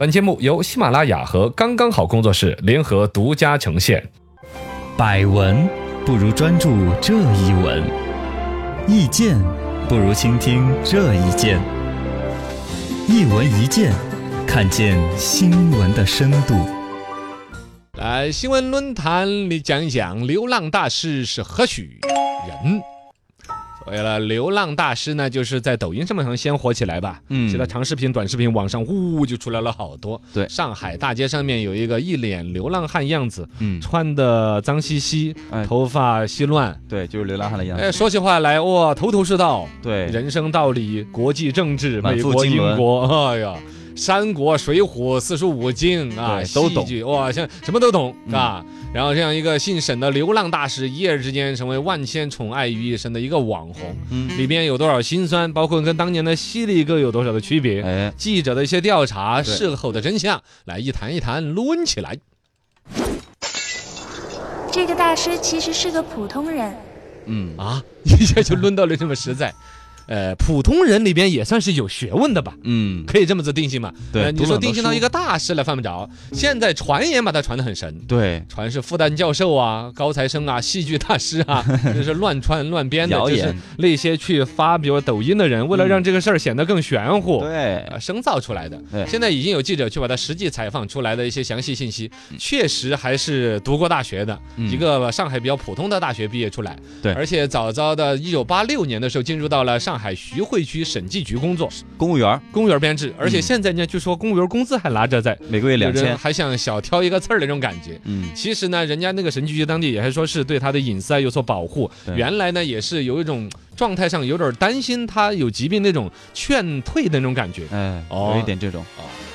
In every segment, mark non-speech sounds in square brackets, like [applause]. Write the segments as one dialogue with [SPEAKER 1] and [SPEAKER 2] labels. [SPEAKER 1] 本节目由喜马拉雅和刚刚好工作室联合独家呈现。
[SPEAKER 2] 百闻不如专注这一闻，意见不如倾听这一见。一闻一见，看见新闻的深度。
[SPEAKER 3] 来，新闻论坛里讲一讲流浪大师是何许人。所谓了流浪大师呢，就是在抖音上面可能先火起来吧。
[SPEAKER 4] 嗯
[SPEAKER 3] 现在长视频、短视频网上呜就出来了好多。
[SPEAKER 4] 对
[SPEAKER 3] 上海大街上面有一个一脸流浪汉样子，
[SPEAKER 4] 嗯，
[SPEAKER 3] 穿的脏兮兮，
[SPEAKER 4] 哎
[SPEAKER 3] 头发稀乱。
[SPEAKER 4] 对，就是流浪汉的样
[SPEAKER 3] 哎，
[SPEAKER 4] 子。
[SPEAKER 3] 说起话来哇，头头是道。
[SPEAKER 4] 对，
[SPEAKER 3] 人生道理、国际政治、
[SPEAKER 4] 满
[SPEAKER 3] 美
[SPEAKER 4] 腹
[SPEAKER 3] 国、
[SPEAKER 4] 经纶
[SPEAKER 3] 英国，哎呀，三国、水浒、四书五经啊，
[SPEAKER 4] 对都
[SPEAKER 3] 戏
[SPEAKER 4] 懂嗯
[SPEAKER 3] 剧哇，像什么都懂啊。然后这样一个姓沈的流浪大师，一夜之间成为万千宠爱于一身的一个网红，
[SPEAKER 4] 嗯，
[SPEAKER 3] 里边有多少辛酸，包括跟当年的犀利哥有多少的区别。
[SPEAKER 4] 哎，
[SPEAKER 3] 记者的一些调查，
[SPEAKER 4] 对
[SPEAKER 3] 事后的真相，来一谈一谈，抡起来。
[SPEAKER 5] 这个大师其实是个普通人，
[SPEAKER 4] 嗯，
[SPEAKER 3] 啊， [laughs] 一下就论到了这么实在。呃，普通人里边也算是有学问的吧，
[SPEAKER 4] 嗯，
[SPEAKER 3] 可以这么子定性嘛？
[SPEAKER 4] 对
[SPEAKER 3] 呃你
[SPEAKER 4] 读了
[SPEAKER 3] 说
[SPEAKER 4] 很多
[SPEAKER 3] 定性到
[SPEAKER 4] 书
[SPEAKER 3] 一个大师来犯不着。现在传言把他传得很神，
[SPEAKER 4] 对，
[SPEAKER 3] 传是复旦教授啊、高材生啊、戏剧大师
[SPEAKER 4] [laughs]
[SPEAKER 3] 啊，就是乱传乱编的，
[SPEAKER 4] 谣
[SPEAKER 3] 就是
[SPEAKER 4] 言嗯
[SPEAKER 3] 那些去发表抖音的人，为了让这个事儿显得更玄乎。
[SPEAKER 4] 对，
[SPEAKER 3] 呃，生造出来的
[SPEAKER 4] 对，
[SPEAKER 3] 现在已经有记者去把他实际采访出来的一些详细信息，确实还是读过大学的，
[SPEAKER 4] 嗯
[SPEAKER 3] 一个上海比较普通的大学毕业出来，
[SPEAKER 4] 对
[SPEAKER 3] 而且早早的1986年的时候进入到了上海徐汇区审计局工作，
[SPEAKER 4] 公务员儿
[SPEAKER 3] 公务员编制，而且
[SPEAKER 4] 嗯
[SPEAKER 3] 现在呢，据说公务员工资还拿着在，
[SPEAKER 4] 每个月两
[SPEAKER 3] 有人
[SPEAKER 4] 千，
[SPEAKER 3] 还想小挑一个刺儿那种感觉。
[SPEAKER 4] 嗯，
[SPEAKER 3] 其实呢，人家那个审计局当地也还说是对他的隐私啊有所保护。
[SPEAKER 4] 对
[SPEAKER 3] 原来呢，也是有一种状态上有点担心他有疾病那种劝退的那种感觉。
[SPEAKER 4] 哎，
[SPEAKER 3] 哦
[SPEAKER 4] 有一点这种，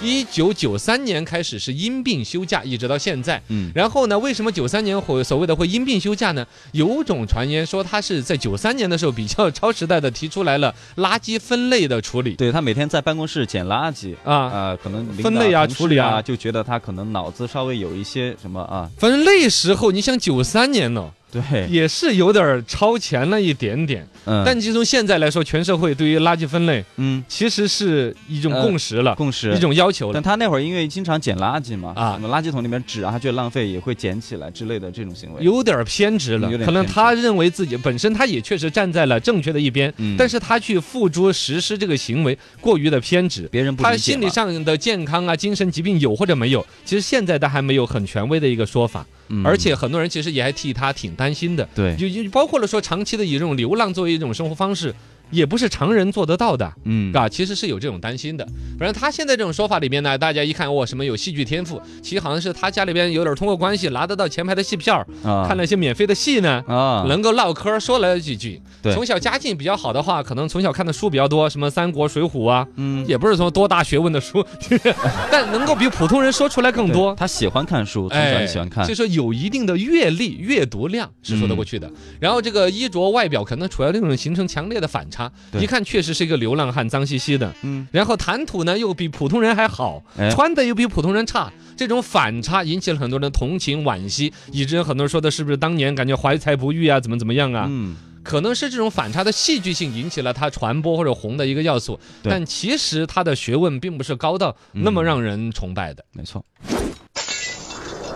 [SPEAKER 3] 一九九三年开始是因病休假，一直到现在。
[SPEAKER 4] 嗯，
[SPEAKER 3] 然后呢，为什么九三年会所谓的会因病休假呢？有种传言说他是在九三年的时候比较 [laughs] 超时代的提出来了垃圾分类的处理
[SPEAKER 4] 对他每天在办公室捡垃圾。
[SPEAKER 3] 啊。
[SPEAKER 4] 啊，可能领导
[SPEAKER 3] 分类啊
[SPEAKER 4] 同事
[SPEAKER 3] 处理啊
[SPEAKER 4] 啊，就觉得他可能脑子稍微有一些什么啊，
[SPEAKER 3] 分类时候，你想九三年呢，
[SPEAKER 4] 对，
[SPEAKER 3] 也是有点儿超前了一点点。
[SPEAKER 4] 嗯，
[SPEAKER 3] 但其实从现在来说，全社会对于垃圾分类
[SPEAKER 4] 嗯，
[SPEAKER 3] 其实是一种
[SPEAKER 4] 呃
[SPEAKER 3] 共识了，
[SPEAKER 4] 共识
[SPEAKER 3] 一。种要求了
[SPEAKER 4] 但。他那会儿因为经常捡垃圾嘛，
[SPEAKER 3] 啊
[SPEAKER 4] 什么垃圾桶里面纸啊，他觉得浪费也会捡起来之类的这种行为。
[SPEAKER 3] 有点儿偏执了
[SPEAKER 4] 有，点
[SPEAKER 3] 可能
[SPEAKER 4] 偏执
[SPEAKER 3] 他认为自己本身他也确实站在了正确的一边，
[SPEAKER 4] 嗯
[SPEAKER 3] 但是他去付诸实施这个行为过于的偏执，
[SPEAKER 4] 别人不理解
[SPEAKER 3] 他心理
[SPEAKER 4] 嘛
[SPEAKER 3] 上的健康啊、精神疾病有或者没有，其实现在他还没有很权威的一个说法，
[SPEAKER 4] 嗯
[SPEAKER 3] 而且很多人其实也还替他挺担心的，
[SPEAKER 4] 对，
[SPEAKER 3] 就就包括了说长期的以这种流浪作为一种生活方式，也不是常人做得到的。
[SPEAKER 4] 嗯，
[SPEAKER 3] 啊，其实是有这种担心的。反正他现在这种说法里面呢，大家一看哦，什么有戏剧天赋，其实好像是他家里边有点通过关系拿得到前排的戏票儿，
[SPEAKER 4] 啊
[SPEAKER 3] 看了一些免费的戏呢。
[SPEAKER 4] 啊，
[SPEAKER 3] 能够唠嗑儿说了几句，
[SPEAKER 4] 对
[SPEAKER 3] 从小家境比较好的话，可能从小看的书比较多，什么《三国》《水浒》啊，
[SPEAKER 4] 嗯，
[SPEAKER 3] 也不是说多大学问的书， [laughs] 但能够比普通人说出来更
[SPEAKER 4] 对
[SPEAKER 3] 多。
[SPEAKER 4] 他喜欢看书，从小
[SPEAKER 3] 哎，
[SPEAKER 4] 就喜欢看
[SPEAKER 3] 所以。说有一定的阅历、阅读量是说得过去
[SPEAKER 4] 嗯
[SPEAKER 3] 的。然后这个衣着外表可能处要那种形成强烈的反差，
[SPEAKER 4] 对
[SPEAKER 3] 一看确实是一个流浪汉，脏兮兮的。
[SPEAKER 4] 嗯，
[SPEAKER 3] 然后谈吐呢又比普通人还好，
[SPEAKER 4] 哎
[SPEAKER 3] 穿的又比普通人差，这种反差引起了很多人的同情惋惜，以至于很多人说的是不是当年感觉怀才不遇啊，怎么怎么样啊？
[SPEAKER 4] 嗯，
[SPEAKER 3] 可能是这种反差的戏剧性引起了他传播或者红的一个要素，
[SPEAKER 4] 对
[SPEAKER 3] 但其实他的学问并不是高到那么
[SPEAKER 4] 嗯
[SPEAKER 3] 让人崇拜的。
[SPEAKER 4] 没错。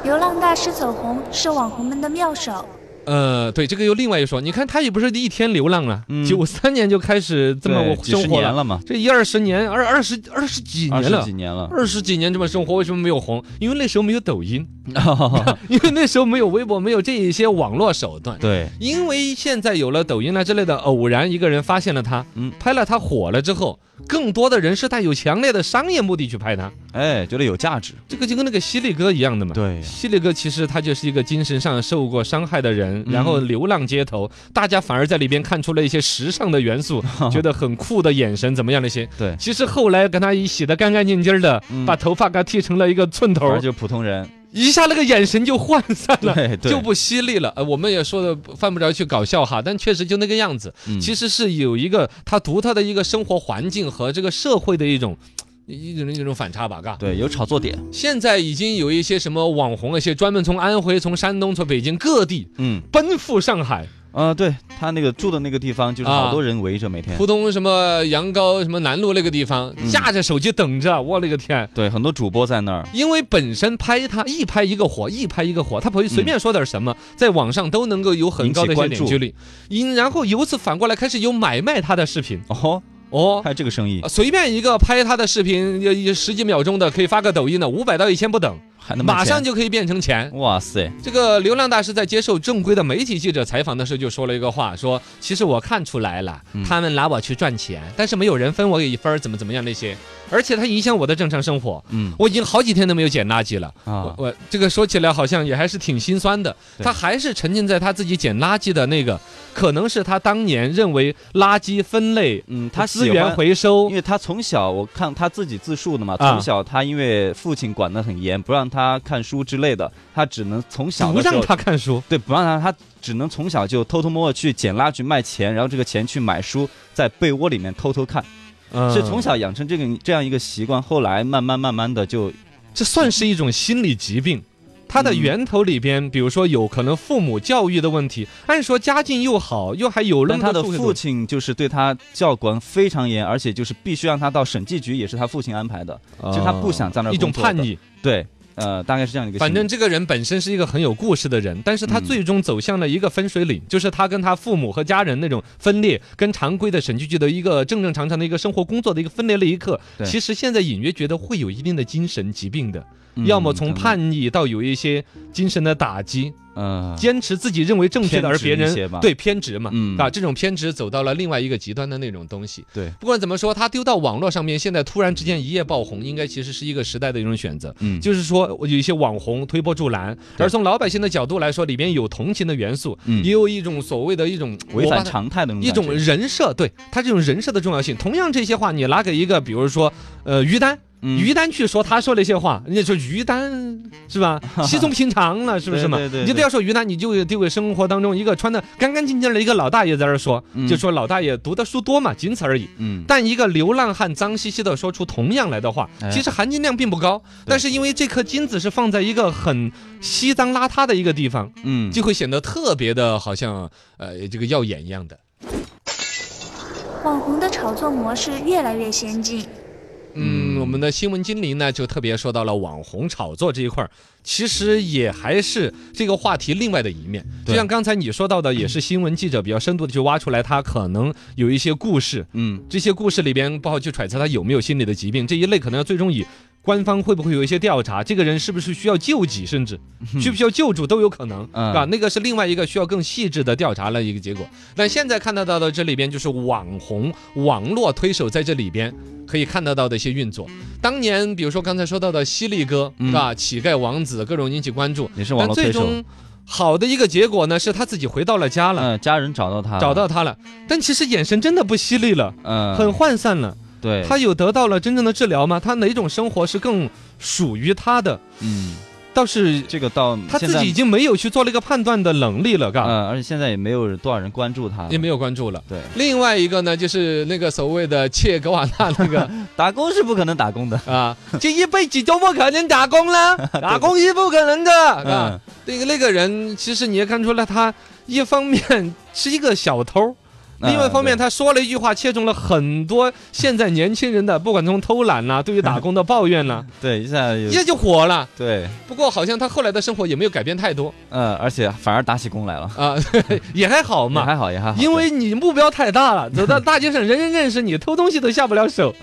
[SPEAKER 5] 流浪大师走红是网红们的妙手。
[SPEAKER 3] 呃，对，这个又另外一说，你看他也不是一天流浪了
[SPEAKER 4] 嗯，
[SPEAKER 3] 九三年就开始这么
[SPEAKER 4] 对几
[SPEAKER 3] 生
[SPEAKER 4] 十
[SPEAKER 3] 活
[SPEAKER 4] 年
[SPEAKER 3] 了，
[SPEAKER 4] 了嘛，
[SPEAKER 3] 这一二十年，二二十二十几
[SPEAKER 4] 二
[SPEAKER 3] 年
[SPEAKER 4] 十
[SPEAKER 3] 了
[SPEAKER 4] 几。年了。
[SPEAKER 3] 二十几年这么生活，为什么没有红？因为那时候没有抖音， [laughs] 因为那时候没有微博，没有这一些网络手段。
[SPEAKER 4] [laughs] 对，
[SPEAKER 3] 因为现在有了抖音啊之类的，偶然一个人发现了他，
[SPEAKER 4] 嗯
[SPEAKER 3] 拍了他火了之后，更多的人是带有强烈的商业目的去拍他，
[SPEAKER 4] 哎，觉得有价值。
[SPEAKER 3] 这个就跟那个犀利哥一样的嘛。
[SPEAKER 4] 对
[SPEAKER 3] 犀利哥其实他就是一个精神上受过伤害的人，
[SPEAKER 4] 嗯
[SPEAKER 3] 然后流浪街头，大家反而在里边看出了一些时尚的元
[SPEAKER 4] [laughs]
[SPEAKER 3] 素，觉得很酷的眼神怎么样那些。
[SPEAKER 4] 对，
[SPEAKER 3] 其实后来跟他一洗得干干净净的，
[SPEAKER 4] 嗯
[SPEAKER 3] 把头发给剃成了一个寸头
[SPEAKER 4] 而，就普通人。
[SPEAKER 3] 一下那个眼神就涣散了。
[SPEAKER 4] [laughs] 对对，
[SPEAKER 3] 就不犀利了，呃，我们也说的犯不着去搞笑哈，但确实就那个样子，
[SPEAKER 4] 嗯
[SPEAKER 3] 其实是有一个他独特的一个生活环境和这个社会的一种。一种一种反差吧，嘎。
[SPEAKER 4] 对有炒作点。
[SPEAKER 3] 现在已经有一些什么网红，一些专门从安徽、从山东、从北京各地
[SPEAKER 4] 嗯，
[SPEAKER 3] 奔赴上海，
[SPEAKER 4] 呃，对他那个住的那个地方，就是
[SPEAKER 3] 啊
[SPEAKER 4] 好多人围着每天
[SPEAKER 3] 浦。东什么杨高什么南路那个地方，
[SPEAKER 4] 嗯
[SPEAKER 3] 架着手机等着，我勒个天！
[SPEAKER 4] 对，很多主播在那儿，
[SPEAKER 3] 因为本身拍他一拍一个火，一拍一个火，他不会随便说点什么，在网上都能够有很高的一些
[SPEAKER 4] 嗯引起关
[SPEAKER 3] 点
[SPEAKER 4] 注
[SPEAKER 3] 击率。因然后由此反过来开始有买卖他的视频
[SPEAKER 4] 哦，
[SPEAKER 3] 哦，
[SPEAKER 4] 还有这个生意，
[SPEAKER 3] 随便一个拍他的视频，有有十几秒钟的可以发个抖音的，五百到一千不等，
[SPEAKER 4] 还能卖
[SPEAKER 3] 马上
[SPEAKER 4] 钱
[SPEAKER 3] 就可以变成钱。
[SPEAKER 4] 哇塞，
[SPEAKER 3] 这个流浪大师在接受正规的媒体记者采访的时候就说了一个话，说其实我看出来了，他们拿我去赚钱，但是没有人分我一分儿，怎么怎么样那些，而且它影响我的正常生活。
[SPEAKER 4] 嗯
[SPEAKER 3] 我已经好几天都没有捡垃圾了，我
[SPEAKER 4] 啊，
[SPEAKER 3] 我这个说起来好像也还是挺心酸的。
[SPEAKER 4] 对
[SPEAKER 3] 他还是沉浸在他自己捡垃圾的那个，可能是他当年认为垃圾分类、
[SPEAKER 4] 嗯，他
[SPEAKER 3] 资
[SPEAKER 4] 喜
[SPEAKER 3] 源
[SPEAKER 4] 欢
[SPEAKER 3] 回收
[SPEAKER 4] 因为他从小我看他自己自述的嘛，
[SPEAKER 3] 啊
[SPEAKER 4] 从小他因为父亲管得很严，不让他看书之类的，他只能从小
[SPEAKER 3] 不
[SPEAKER 4] 的时
[SPEAKER 3] 让
[SPEAKER 4] 候
[SPEAKER 3] 他看书，
[SPEAKER 4] 对不让他，他只能从小就偷偷摸摸去捡垃圾卖钱，然后这个钱去买书，在被窝里面偷偷看，
[SPEAKER 3] 嗯
[SPEAKER 4] 所以从小养成这个这样一个习惯，后来慢慢慢慢的就
[SPEAKER 3] 这算是一种心理疾病。它的源头里边，比如说有可能父母教育的问题，按说家境又好，又还有那
[SPEAKER 4] 但
[SPEAKER 3] 么
[SPEAKER 4] 他的
[SPEAKER 3] 多
[SPEAKER 4] 父
[SPEAKER 3] 亲
[SPEAKER 4] 亲就是对他教管非常严，而且就是必须让他到省纪局，也是他父亲安排的。其实他不想在那儿
[SPEAKER 3] 啊一种
[SPEAKER 4] 工作的
[SPEAKER 3] 叛，逆。
[SPEAKER 4] 对，呃，大概是这样一个心理。
[SPEAKER 3] 反正这个人本身是一个很有故事的人，但是他
[SPEAKER 4] 嗯
[SPEAKER 3] 最终走向了一个分水岭，就是他跟他父母和家人那种分裂，跟常规的审计局的一个正正常常的一个生活工作的一个分裂那一刻，
[SPEAKER 4] 对
[SPEAKER 3] 其实现在隐约觉得会有一定的精神疾病的，
[SPEAKER 4] 嗯
[SPEAKER 3] 要么从
[SPEAKER 4] 可能
[SPEAKER 3] 叛逆到有一些精神的打击，
[SPEAKER 4] 呃
[SPEAKER 3] 坚持自己认为正确的，而
[SPEAKER 4] 偏执
[SPEAKER 3] 别人
[SPEAKER 4] 一些吧
[SPEAKER 3] 对偏执嘛，
[SPEAKER 4] 嗯
[SPEAKER 3] 啊，这种偏执走到了另外一个极端的那种东西。
[SPEAKER 4] 对，
[SPEAKER 3] 不管怎么说，他丢到网络上面，现在突然之间一夜爆红，应该其实是一个时代的一种选择。
[SPEAKER 4] 嗯
[SPEAKER 3] 就是说我有一些网红推波助澜，
[SPEAKER 4] 对
[SPEAKER 3] 而从老百姓的角度来说，里边有同情的元素，
[SPEAKER 4] 嗯
[SPEAKER 3] 也有一种所谓的一种
[SPEAKER 4] 违
[SPEAKER 3] 我把
[SPEAKER 4] 反
[SPEAKER 3] 它
[SPEAKER 4] 常态的那
[SPEAKER 3] 一种
[SPEAKER 4] 感觉
[SPEAKER 3] 人设，对他这种人设的重要性。同样这些话，你拿给一个，比如说，呃，于丹，
[SPEAKER 4] 嗯
[SPEAKER 3] 于丹去说他说那些话，人家说于丹是
[SPEAKER 4] [laughs]
[SPEAKER 3] 吧，稀松平常了，是不是嘛？
[SPEAKER 4] 对对对对
[SPEAKER 3] 你就不要说于丹，你就丢给生活当中一个穿的干干净净的一个老大爷在那儿说，
[SPEAKER 4] 嗯
[SPEAKER 3] 就说老大爷读的书多嘛，仅此而已。
[SPEAKER 4] 嗯
[SPEAKER 3] 但一个流浪汉脏兮兮的说出同样来的话，
[SPEAKER 4] 哎
[SPEAKER 3] 其实含金量并不高，但是因为这颗金子是放在一个很稀脏邋遢的一个地方，
[SPEAKER 4] 嗯
[SPEAKER 3] 就会显得特别的好像呃这个耀眼一样的。
[SPEAKER 5] 网红的炒作模式越来越先进。
[SPEAKER 3] 嗯，
[SPEAKER 4] 嗯
[SPEAKER 3] 我们的新闻经理呢，就特别说到了网红炒作这一块儿，其实也还是这个话题另外的一面。就
[SPEAKER 4] 嗯对
[SPEAKER 3] 像刚才你说到的，也是新闻记者比较深度的去挖出来，他可能有一些故事，
[SPEAKER 4] 嗯
[SPEAKER 3] 这些故事里边不好去揣测他有没有心理的疾病，这一类可能要最终以官方会不会有一些调查，这个人是不是需要救济，甚至需不需要救助都有可能，
[SPEAKER 4] 嗯
[SPEAKER 3] 是吧？那个是另外一个需要更细致的调查了一个结果。但现在看得到的这里边就是网红、网络推手在这里边可以看得到的一些运作。当年比如说刚才说到的犀利哥，
[SPEAKER 4] 嗯
[SPEAKER 3] 是吧？乞丐王子各种引起关注，
[SPEAKER 4] 也是
[SPEAKER 3] 但
[SPEAKER 4] 网络
[SPEAKER 3] 最
[SPEAKER 4] 推手
[SPEAKER 3] 终好的一个结果呢，是他自己回到了家了，
[SPEAKER 4] 呃家人找到他
[SPEAKER 3] 找到他了，但其实眼神真的不犀利了。
[SPEAKER 4] 嗯
[SPEAKER 3] 很涣散了。
[SPEAKER 4] 对嗯
[SPEAKER 3] 他有得到了真正的治疗吗？他哪种生活是更属于他的？
[SPEAKER 4] 嗯
[SPEAKER 3] 倒是
[SPEAKER 4] 这个到
[SPEAKER 3] 他
[SPEAKER 4] 现
[SPEAKER 3] 自
[SPEAKER 4] 在
[SPEAKER 3] 己已经没有去做那个判断的能力了，嘎，
[SPEAKER 4] 呃而且现在也没有多少人关注他了
[SPEAKER 3] 也没有关注了。
[SPEAKER 4] 啊对
[SPEAKER 3] 另外一个呢，就是那个所谓的切格瓦纳那
[SPEAKER 4] [laughs]
[SPEAKER 3] 个
[SPEAKER 4] 打工是不可能打工的
[SPEAKER 3] 啊，这一辈子都不可能打工
[SPEAKER 4] [laughs]
[SPEAKER 3] 了，打工是不可能的啊
[SPEAKER 4] 嗯。
[SPEAKER 3] 那个那个人，其实你也看出来，他一方面是一个小偷，
[SPEAKER 4] 嗯
[SPEAKER 3] 另外一方面，
[SPEAKER 4] 对
[SPEAKER 3] 他说了一句话，切中了很多现在年轻人的，不管从偷懒呐、对于打工的抱怨呐、
[SPEAKER 4] [laughs] 对一下有
[SPEAKER 3] 一下就火了。
[SPEAKER 4] 对
[SPEAKER 3] 不过好像他后来的生活也没有改变太多
[SPEAKER 4] 呃而且反而打起工来了
[SPEAKER 3] 啊、 [laughs] 也还好
[SPEAKER 4] 也
[SPEAKER 3] 嘛。
[SPEAKER 4] 还好也还好
[SPEAKER 3] 因为你目标太大了，走
[SPEAKER 4] [laughs]
[SPEAKER 3] 到大街上，人人认识你，偷东西都下不了手。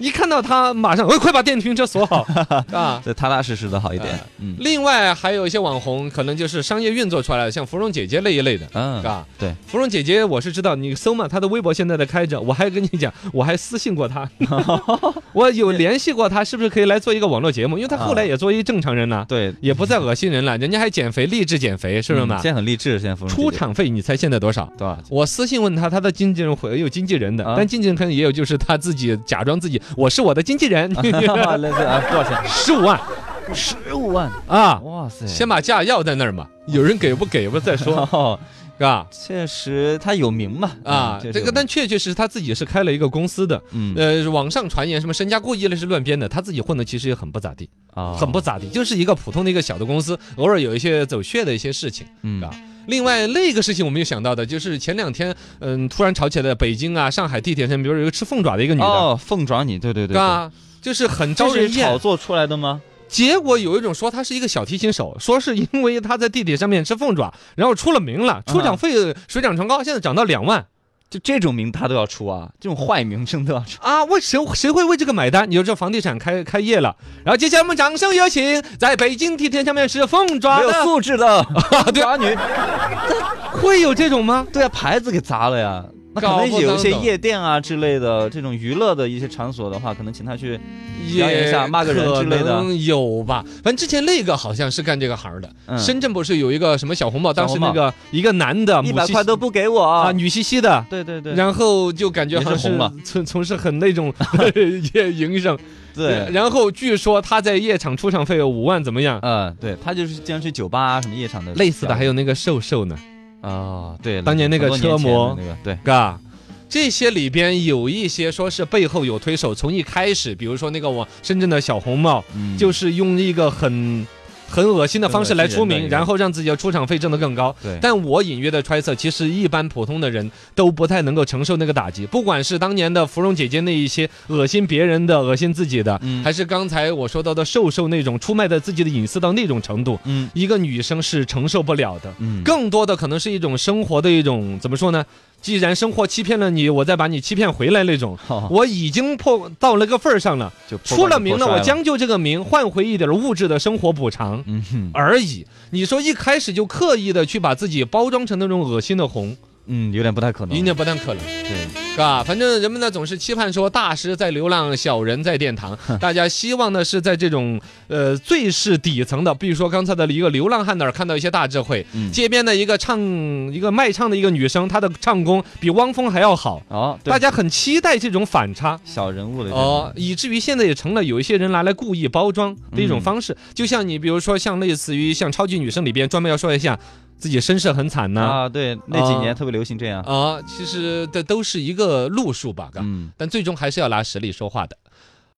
[SPEAKER 3] 一看到他，马上，喂，哎快把电瓶车锁
[SPEAKER 4] [laughs]
[SPEAKER 3] 好啊！
[SPEAKER 4] 对踏踏实实的好一点
[SPEAKER 3] 呃
[SPEAKER 4] 嗯
[SPEAKER 3] 另外还有一些网红，可能就是商业运作出来的，像芙蓉姐姐那一类的，
[SPEAKER 4] 嗯
[SPEAKER 3] 啊，
[SPEAKER 4] 对，
[SPEAKER 3] 芙蓉姐姐我是知道，你搜嘛，她的微博现在在开着，我还跟你讲，我还私信过
[SPEAKER 4] [laughs]
[SPEAKER 3] 她，我有联系过她，是不是可以来做一个网络节目？因为她后来也做一正常人了，
[SPEAKER 4] 啊对
[SPEAKER 3] 也不再恶心人了，人家还减肥，励志减肥，是不是
[SPEAKER 4] 嗯
[SPEAKER 3] 嘛？
[SPEAKER 4] 现在很励志现在芙蓉姐姐
[SPEAKER 3] 出场费你猜现在多少？
[SPEAKER 4] 多少钱
[SPEAKER 3] 我私信问他，他的经纪人会有经纪人的，
[SPEAKER 4] 啊
[SPEAKER 3] 但经纪人可能也有，就是他自己假装自己我是我的经纪人，
[SPEAKER 4] [laughs] 类似啊多少钱
[SPEAKER 3] 十五万
[SPEAKER 4] 十五万
[SPEAKER 3] 啊，
[SPEAKER 4] 哇塞 [laughs]
[SPEAKER 3] 先把价要在那儿嘛，有人给不给吧再说。
[SPEAKER 4] 哦，
[SPEAKER 3] 啊
[SPEAKER 4] 确实他有名嘛
[SPEAKER 3] 啊，
[SPEAKER 4] 嗯确实
[SPEAKER 3] 这
[SPEAKER 4] 有
[SPEAKER 3] 个
[SPEAKER 4] 名
[SPEAKER 3] 但确确实实他自己是开了一个公司的，
[SPEAKER 4] 嗯
[SPEAKER 3] 呃，网上传言什么身家过亿那是乱编的，他自己混的其实也很不咋地，
[SPEAKER 4] 啊
[SPEAKER 3] 呃很不咋地，就是一个普通的一个小的公司，偶尔有一些走穴的一些事情。
[SPEAKER 4] 嗯
[SPEAKER 3] 啊另外，那个事情我没有想到的，就是前两天，嗯，突然吵起来的北京啊、上海地铁上，比如有一个吃凤爪的一个女的，
[SPEAKER 4] 哦，凤爪你对对对
[SPEAKER 3] 是，吧？就是很
[SPEAKER 4] 对
[SPEAKER 3] 招
[SPEAKER 4] 这
[SPEAKER 3] 人
[SPEAKER 4] 是炒
[SPEAKER 3] 厌。
[SPEAKER 4] 作出来的吗？
[SPEAKER 3] 结果有一种说她是一个小提琴手，说是因为她在地铁上面吃凤爪，然后出了名了，
[SPEAKER 4] 嗯
[SPEAKER 3] 出场费水涨船高，现在涨到两万
[SPEAKER 4] 就这种名他都要出啊，这种坏名声都要
[SPEAKER 3] [laughs]
[SPEAKER 4] 出。
[SPEAKER 3] 啊！为谁谁会为这个买单？你就知道房地产开开业了。然后接下来我们掌声有请在北京地铁上面吃凤爪
[SPEAKER 4] 没有
[SPEAKER 3] 的，
[SPEAKER 4] 素质的
[SPEAKER 3] 啊 [laughs] 对
[SPEAKER 4] 爪女，
[SPEAKER 3] 会有这种吗？
[SPEAKER 4] [laughs] 对啊，牌子给砸了呀。那可
[SPEAKER 3] 搞
[SPEAKER 4] 能
[SPEAKER 3] 不
[SPEAKER 4] 有一些
[SPEAKER 3] 懂
[SPEAKER 4] 夜店啊之类的这种娱乐的一些场所的话，可能请他去表演
[SPEAKER 3] 也
[SPEAKER 4] 一下骂个人之类的
[SPEAKER 3] 可能有吧。反正之前那个好像是干这个行儿的，
[SPEAKER 4] 嗯
[SPEAKER 3] 深圳不是有一个什么小红帽，当时
[SPEAKER 4] 小
[SPEAKER 3] 那
[SPEAKER 4] 红帽
[SPEAKER 3] 个一个男的，
[SPEAKER 4] 一
[SPEAKER 3] 啊母
[SPEAKER 4] 百
[SPEAKER 3] 兮
[SPEAKER 4] 块都不给我
[SPEAKER 3] 啊，
[SPEAKER 4] 啊。
[SPEAKER 3] 女兮兮的。
[SPEAKER 4] 对对对，
[SPEAKER 3] 然后就感觉
[SPEAKER 4] 也
[SPEAKER 3] 好像
[SPEAKER 4] 是
[SPEAKER 3] 是
[SPEAKER 4] 红了
[SPEAKER 3] 从从事很那种
[SPEAKER 4] [laughs]
[SPEAKER 3] 夜营生，
[SPEAKER 4] 对，
[SPEAKER 3] 然后据说他在夜场出场费有五万，怎么样？
[SPEAKER 4] 嗯，对他就是经常去酒吧啊什么夜场的
[SPEAKER 3] 类似的还有那个瘦瘦呢，
[SPEAKER 4] 啊，对，
[SPEAKER 3] 当年那个
[SPEAKER 4] 很多
[SPEAKER 3] 车
[SPEAKER 4] 前
[SPEAKER 3] 模
[SPEAKER 4] 的那个，对，
[SPEAKER 3] 嘎。这些里边有一些说是背后有推手，从一开始，比如说那个我深圳的小红帽，
[SPEAKER 4] 嗯
[SPEAKER 3] 就是用一个很很恶心的方式来出
[SPEAKER 4] 很恶心人的
[SPEAKER 3] 名，
[SPEAKER 4] 一个
[SPEAKER 3] 然后让自己的出场费挣得更高。
[SPEAKER 4] 对
[SPEAKER 3] 但我隐约的揣测，其实一般普通的人都不太能够承受那个打击，不管是当年的芙蓉姐姐那一些恶心别人的、恶心自己的，
[SPEAKER 4] 嗯
[SPEAKER 3] 还是刚才我说到的瘦瘦那种出卖的自己的隐私到那种程度，
[SPEAKER 4] 嗯
[SPEAKER 3] 一个女生是承受不了的。
[SPEAKER 4] 嗯
[SPEAKER 3] 更多的可能是一种生活的一种怎么说呢？既然生活欺骗了你，我再把你欺骗回来那种。
[SPEAKER 4] 好
[SPEAKER 3] 我已经破到那个份儿上了，
[SPEAKER 4] 就破
[SPEAKER 3] 出
[SPEAKER 4] 罐
[SPEAKER 3] 了
[SPEAKER 4] 子
[SPEAKER 3] 名
[SPEAKER 4] 破
[SPEAKER 3] 了，
[SPEAKER 4] 摔
[SPEAKER 3] 我将就这个名换回一点物质的生活补偿
[SPEAKER 4] 嗯哼
[SPEAKER 3] 而已。你说一开始就刻意的去把自己包装成那种恶心的红，
[SPEAKER 4] 嗯有点不太可能，
[SPEAKER 3] 人家不但可能，
[SPEAKER 4] 对
[SPEAKER 3] 嘎，反正人们呢总是期盼说大师在流浪，小人在殿堂。大家希望呢是在这种呃最是底层的，比如说刚才的一个流浪汉那儿看到一些大智慧。
[SPEAKER 4] 嗯
[SPEAKER 3] 街边的一个唱一个卖唱的一个女生，她的唱功比汪峰还要好，
[SPEAKER 4] 哦，对
[SPEAKER 3] 大家很期待这种反差。
[SPEAKER 4] 小人物的这种
[SPEAKER 3] 哦，，以至于现在也成了有一些人拿来故意包装的一种方式。就像你，比如说像类似于像《超级女声》里边专门要说一下自己身世很惨呐
[SPEAKER 4] 啊，对，那几
[SPEAKER 3] 啊
[SPEAKER 4] 年特别流行这样
[SPEAKER 3] 啊，，其实这都是一个路数吧，嘎
[SPEAKER 4] 嗯
[SPEAKER 3] 但最终还是要拿实力说话的。